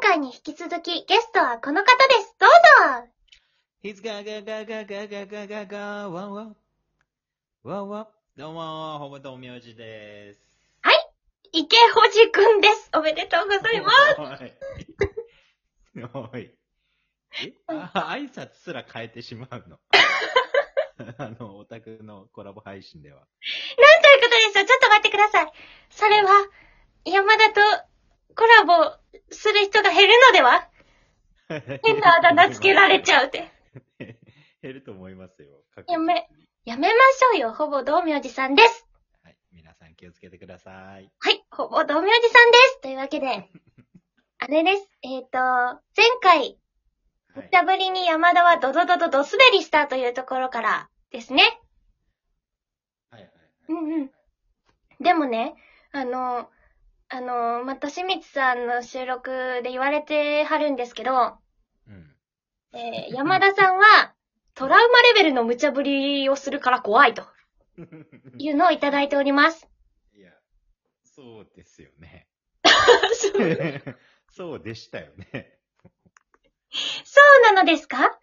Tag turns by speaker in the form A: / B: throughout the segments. A: 回に引き続きゲストはこの方です。どうぞ
B: He's ga ga ga ga ga ga ga ga ga wa wa wa wa どうもー、ほぼとみょうじでーす。
A: 池ほじくんです。おめでとうございます。
B: おい。 おい。えあ挨拶すら変えてしまうの。 あの、オタクのコラボ配信では。
A: なんということですよ。ちょっと待ってください。それは、山田とコラボする人が減るのでは変なあだ名つけられち
B: ゃ
A: ゃうって。
B: う。 減ると思いますよ。
A: やめ
B: 確実に。
A: やめましょうよ。ほぼ道明寺さんです。
B: はい。皆さん気をつけてください。
A: はい、ほぼ道明寺さんです。というわけで、あれです。えっ、と、前回、
B: は
A: 無
B: い。
A: 茶ぶりに山田はドドドドド滑りしたというところからですね。
B: はいはい
A: うんうん。でもね、あの、あの、また清水さんの収録で言われてはるんですけど、
B: うん。
A: えー山田さんは、トラウマレベルの無茶ぶりをするから怖いというのをいただいております。
B: いや、そうですよね。
A: そう
B: そうでしたよね。
A: なのですか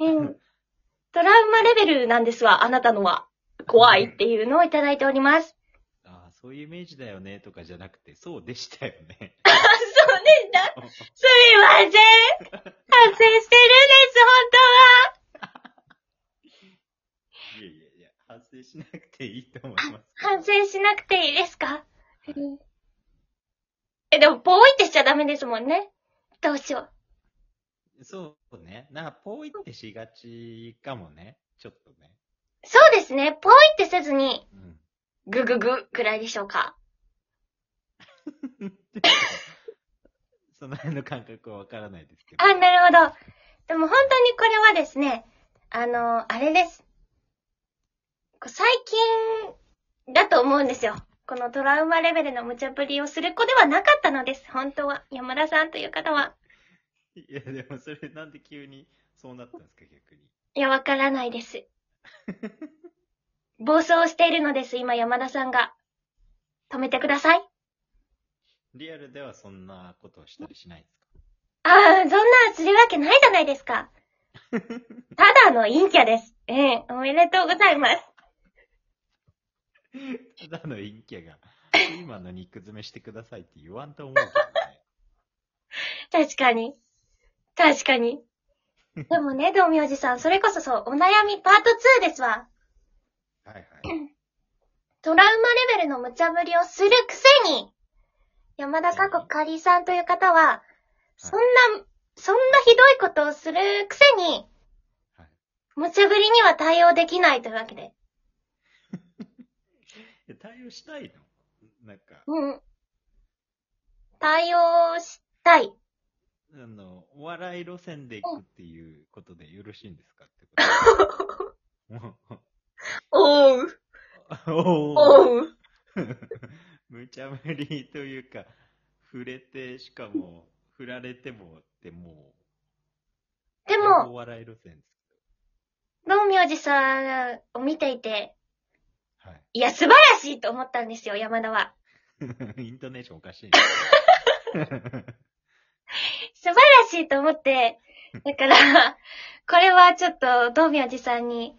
A: えートラウマレベルなんですわ、あなたのは。怖いっていうのをいただいております。
B: ああ、そういうイメージだよね、とかじゃなくて、そうでしたよね。
A: あ、そうでしたすみません反省してるんです、本当は。
B: いやいやいや、反省しなくていいと思います。
A: 反省しなくていいですかえ、でも、ポイってしちゃダメですもんね。どうしよう。
B: そうね。なんか、ポイってしがちかもね。ちょっとね。
A: そうですね。ポイってせずに、
B: うん。
A: グググくらいでしょうか。
B: その辺の感覚はわからないですけど。
A: あ、なるほど。でも本当にこれはですね、あの、あれです。こう最近だと思うんですよ。このトラウマレベルの無茶ぶりをする子ではなかったのです。本当は。山田さんという方は。
B: いや、でもそれなんで急にそうなったんですか、逆に。
A: いや、わからないです。 暴走しているのです、今山田さんが。止めてください。
B: リアルではそんなことをしたりしないんですか
A: ああ、そんなするわけないじゃないですか。ただの陰キャです。ええおめでとうございます。
B: ただの陰キャが、今の肉詰めしてくださいって言わんと思うけどね。
A: 確かに。確かに。でもね、道明寺さん、それこそそう、お悩みパート2ですわ。
B: はいはい。
A: トラウマレベルの無茶ぶりをするくせに、山田かっこかりさんという方は、そんな、そんなひどいことをするくせに、
B: はい、
A: 無茶ぶりには対応できないというわけで。
B: え対応したいのなんか、
A: うん。対応したい。
B: あの、お笑い路線で行くっていうことでよろしいんですかってこと。
A: おう、
B: おお
A: う。
B: 無茶ぶりというか、触れて、しかも、振られてもってもう、
A: でも、
B: お笑い路線です。
A: 道明寺さんを見ていて、
B: はい。
A: いや、素晴らしいと思ったんですよ、山田は。
B: イントネーションおかしい ね。
A: 素晴らしいと思って、だから、 これはちょっと、道明寺さんに、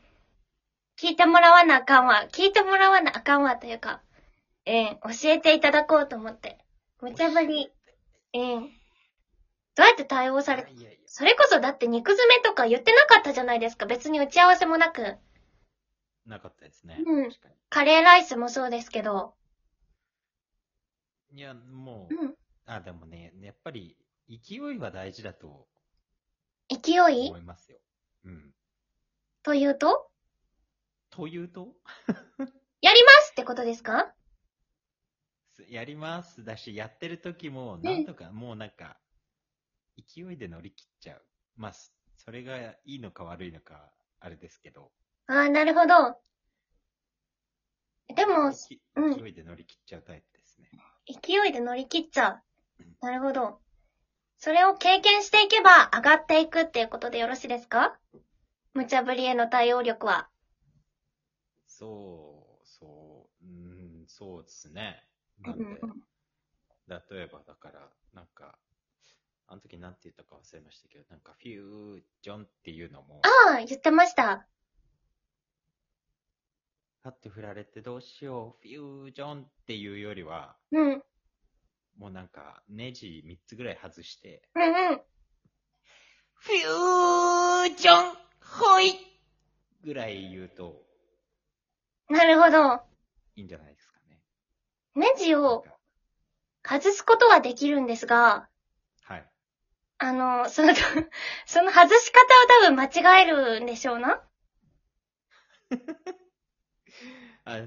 A: 聞いてもらわなあかんわ。聞いてもらわなあかんわというか、えん、教えていただこうと思って。無茶ぶり、えん。どうやって対応された
B: いやいや。
A: それこそだって肉詰めとか言ってなかったじゃないですか。別に打ち合わせもなく。
B: なかったですね。
A: うん
B: 確か
A: カレーライスもそうですけど。
B: に。いや、もう、
A: うん。
B: あ、でもね、やっぱり、勢いは大事だと
A: 勢い
B: 思いますよ。うん。
A: というと
B: というと、
A: やりますってことですか
B: やりますだし、やってる時も、なんとか、もうなんか、勢いで乗り切っちゃう。まあ、そそれがいいのか悪いのか、あれですけど、
A: ああ、なるほど。でも、
B: 勢
A: うん
B: 勢いで乗り切っちゃうタイプですね。
A: 勢いで乗り切っちゃう。なるほど。それを経験していけば上がっていくっていうことでよろしいですか無茶ぶりへの対応力は。
B: そう、そう、うん、そうですね。
A: う
B: なんんで、
A: うん
B: 例えばだから、なんか、あの時なんて言ったか忘れましたけど、なんかフュージョンっていうのも、
A: ああ、言ってました。
B: パッて振られてどうしよう、フュージョンっていうよりは、
A: うん。うん
B: もうなんかネジ3つぐらい外して、
A: うん。
B: フュージョンほいぐらい言うと
A: なるほど。
B: いいんじゃないですかね。
A: ネジ
B: なん
A: を
B: か
A: 外すことはできるんですが、
B: はい。
A: あの、その、 その外し方を多分間違えるんでしょうな。
B: あ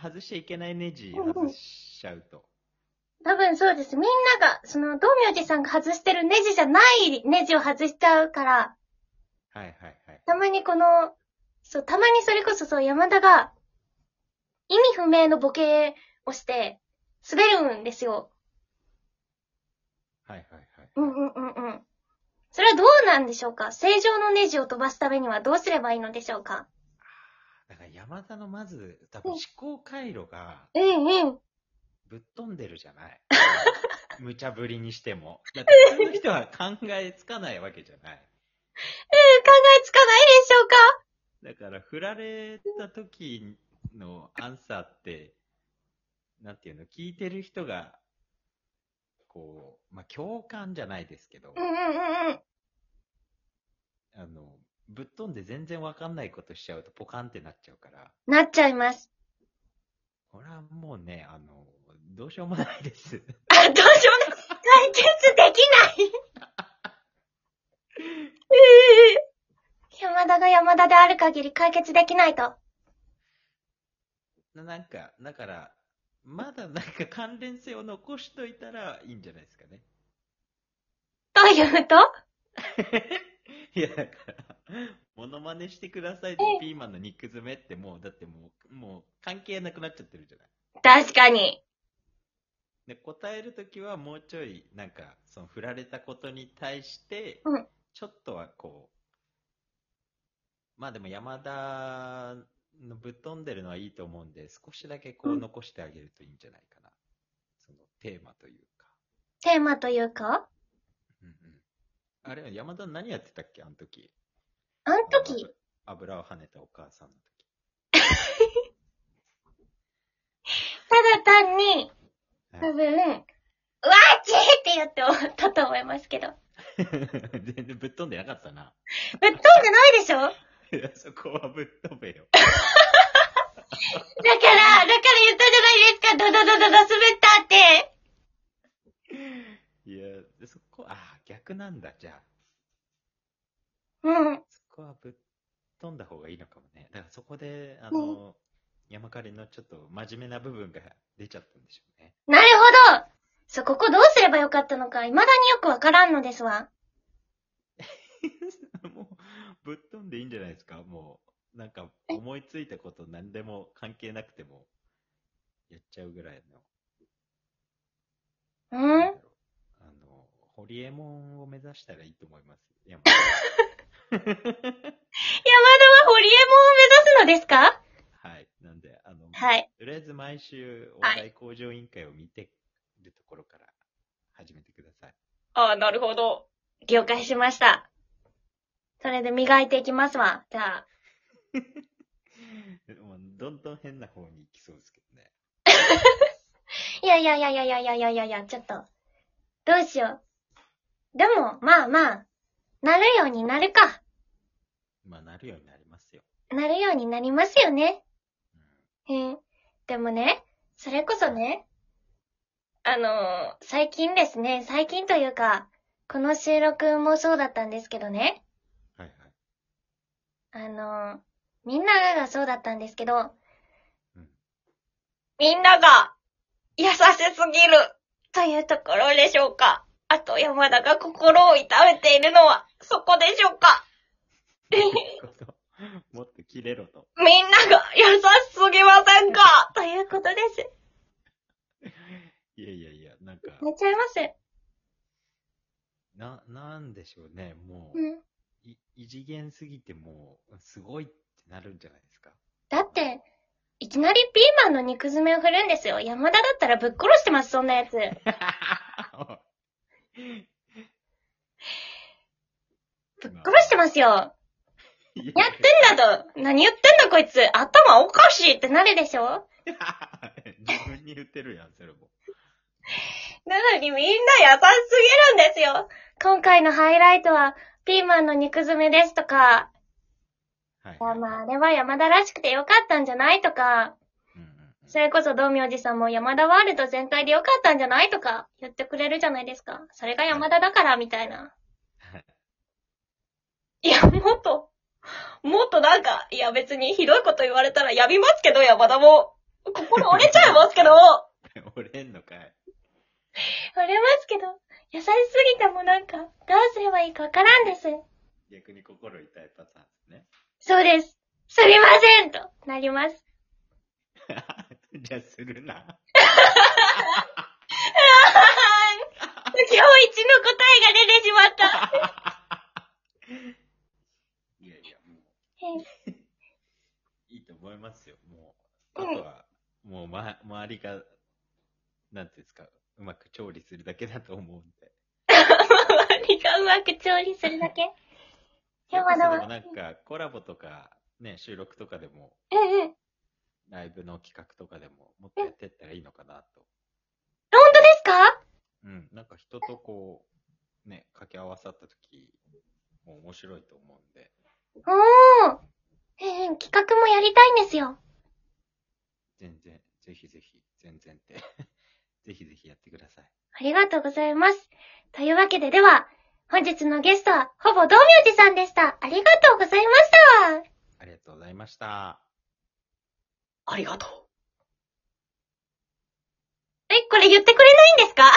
B: 外しちゃいけないネジ
A: うんうん
B: 外しちゃうと。
A: 多分そうです。みんなが、その、道明寺さんが外してるネジじゃないネジを外しちゃうから、
B: はいはいはい。
A: たまにこの、そう、たまにそれこそそう、山田が、意味不明のボケをして、滑るんですよ。
B: はいはいはい。
A: うんうんうんうん。それはどうなんでしょうか正常のネジを飛ばすためにはどうすればいいのでしょうか
B: だから山田のまず、多分思考回路が
A: うんうん。
B: ぶっ飛んでるじゃ ない。無茶ぶりにしても。だって他の人は考えつかないわけじゃない。
A: 考えつかないでしょうか
B: だから、振られた時のアンサーって、なんていうの、聞いてる人が、こう、まあ、共感じゃないですけど、
A: うんうんうんうん。
B: あの、ぶっ飛んで全然わかんないことしちゃうとポカンってなっちゃうから、
A: なっちゃいます。
B: これはもうね、あの、どうしようもないです。
A: あ、どうしようもない。解決できない。 山田が山田である限り解決できないと。
B: ななんか、だから、まだなんか関連性を残しといたらいいんじゃないですかね。
A: というと
B: いや、だから、モノマネしてくださいって、ピーマンの肉詰めってもう、だってもう、もう関係なくなっちゃってるじゃない。
A: 確かに。
B: で、答えるときはもうちょい、なんか、その振られたことに対して
A: うん、
B: ちょっとはこう、まあでも山田のぶっ飛んでるのはいいと思うんで、少しだけこ
A: う
B: うん残してあげるといいんじゃないかな。そのテーマというか。
A: テーマというか
B: うんうん、あれは山田何やってたっけあの時。
A: あん時
B: あの油を跳ねたお母さんの時。
A: ただ単に、
B: は
A: 多
B: い
A: 分、うわーちーって言って終わったと思いますけど。
B: 全然ぶっ飛んでなかったな。
A: ぶっ飛んでないでしょだか
B: いやそこはぶっ飛べよ。
A: ら、だから言ったじゃないですか、ドドドドド滑ったって。
B: いや、そこ、あ、逆なんだ、じゃあ。
A: うん。
B: そこはぶっ飛んだ方がいいのかもね。だからそこで、あの、山狩りのちょっと真面目な部分が出ちゃったんでしょうね。
A: なるほどそう、ここどうすればよかったのか、未だによくわからんのですわ。
B: もう、ぶっ飛んでいいんじゃないですかもう、なんか、思いついたこと何でも関係なくても、やっちゃうぐらいの。
A: う
B: なん
A: ん
B: だろうあの、ホリエモンを目指したらいいと思います。山
A: 山田はホリエモンを目指すのですか
B: はい。なんで、あの、
A: はい。
B: とりあえず毎週、お
A: はい
B: 題向上委員会を見てるところから始めてください。
A: ああ、なるほど。了解しました。それで磨いていきますわ。じゃあ。
B: もうどんどん変な方に行きそうですけどね。
A: いやいやいやいやいやいやいやいやいや、ちょっと。どうしよう。でも、まあまあ、なるようになるか。
B: まあ、なるようになりますよ。
A: なるようになりますよね。
B: うん
A: うん。でもね、それこそね、あのー最近ですね、最近というか、この収録もそうだったんですけどね、
B: はいはい。
A: あのーみんながそうだったんですけど、
B: うん
A: みんなが優しすぎるというところでしょうか。あと山田が心を痛めているのはそこでしょうか。
B: そういうこともっと切れろと。
A: みんなが優しすぎませんかということです。
B: いやいやいや、なんか、
A: 寝ちゃいます。
B: な、なんでしょうね。も
A: うん。
B: う、い異次元すぎてもう、すごいってなるんじゃないです か。
A: だって、いきなりピーマンの肉詰めを振るんですよ。山田だったらぶっ殺してます、そんなやつ。
B: おい
A: ますよ。
B: やってん
A: やってんだと、何言ってんだこいつ、頭おかしいってなるでしょ
B: 自分に言ってるやん、それも。
A: なのにみんな優しすぎるんですよ。今回のハイライトは、ピーマンの肉詰めですとか、
B: はい。
A: いやまああれは山田らしくてよかったんじゃないとか、
B: うんうんうん
A: それこそ道明寺さんも山田ワールド全開でよかったんじゃないとか言ってくれるじゃないですか。それが山田だからみたいな。 いや、もっと、もっとなんか、いや別にひどいこと言われたらやみますけど、山田も。心折れちゃいますけど。折
B: 折れんのかい。
A: れますけど、優しすぎてもなんか、どうすればいいかわからんです。
B: 逆に心痛いパターンですね。
A: そうです。すみませんとなります。
B: じゃあ、す るな。
A: 今日一の答えが出てしまった。
B: いやいや、も
A: え
B: う、いいと思いますよ。もう、
A: う
B: あ
A: ん
B: とは、もう、ま、周りが、なんていうんですか、うまく調理するだけだと思うんで。
A: 周りがうまく調理するだけ。やまだ
B: それこそ
A: わ。
B: でもなんか、コラボとか、ね、収録とかでも、
A: うんうん。
B: ライブの企画とかでも、もっとやってったらいいのかなと。
A: 本当ですか
B: うん、なんか人とこう、ね、掛け合わさった時も面白いと思うんで、
A: おー。ええ企画もやりたいんですよ。
B: 全然、ぜひぜひ、全然って、 ぜひぜひやってください。
A: ありがとうございます。というわけででは、本日のゲストは、ほぼ道明寺さんでした。ありがとうございました。
B: ありがとうございました。
A: ありがとう。え、これ言ってくれないんですか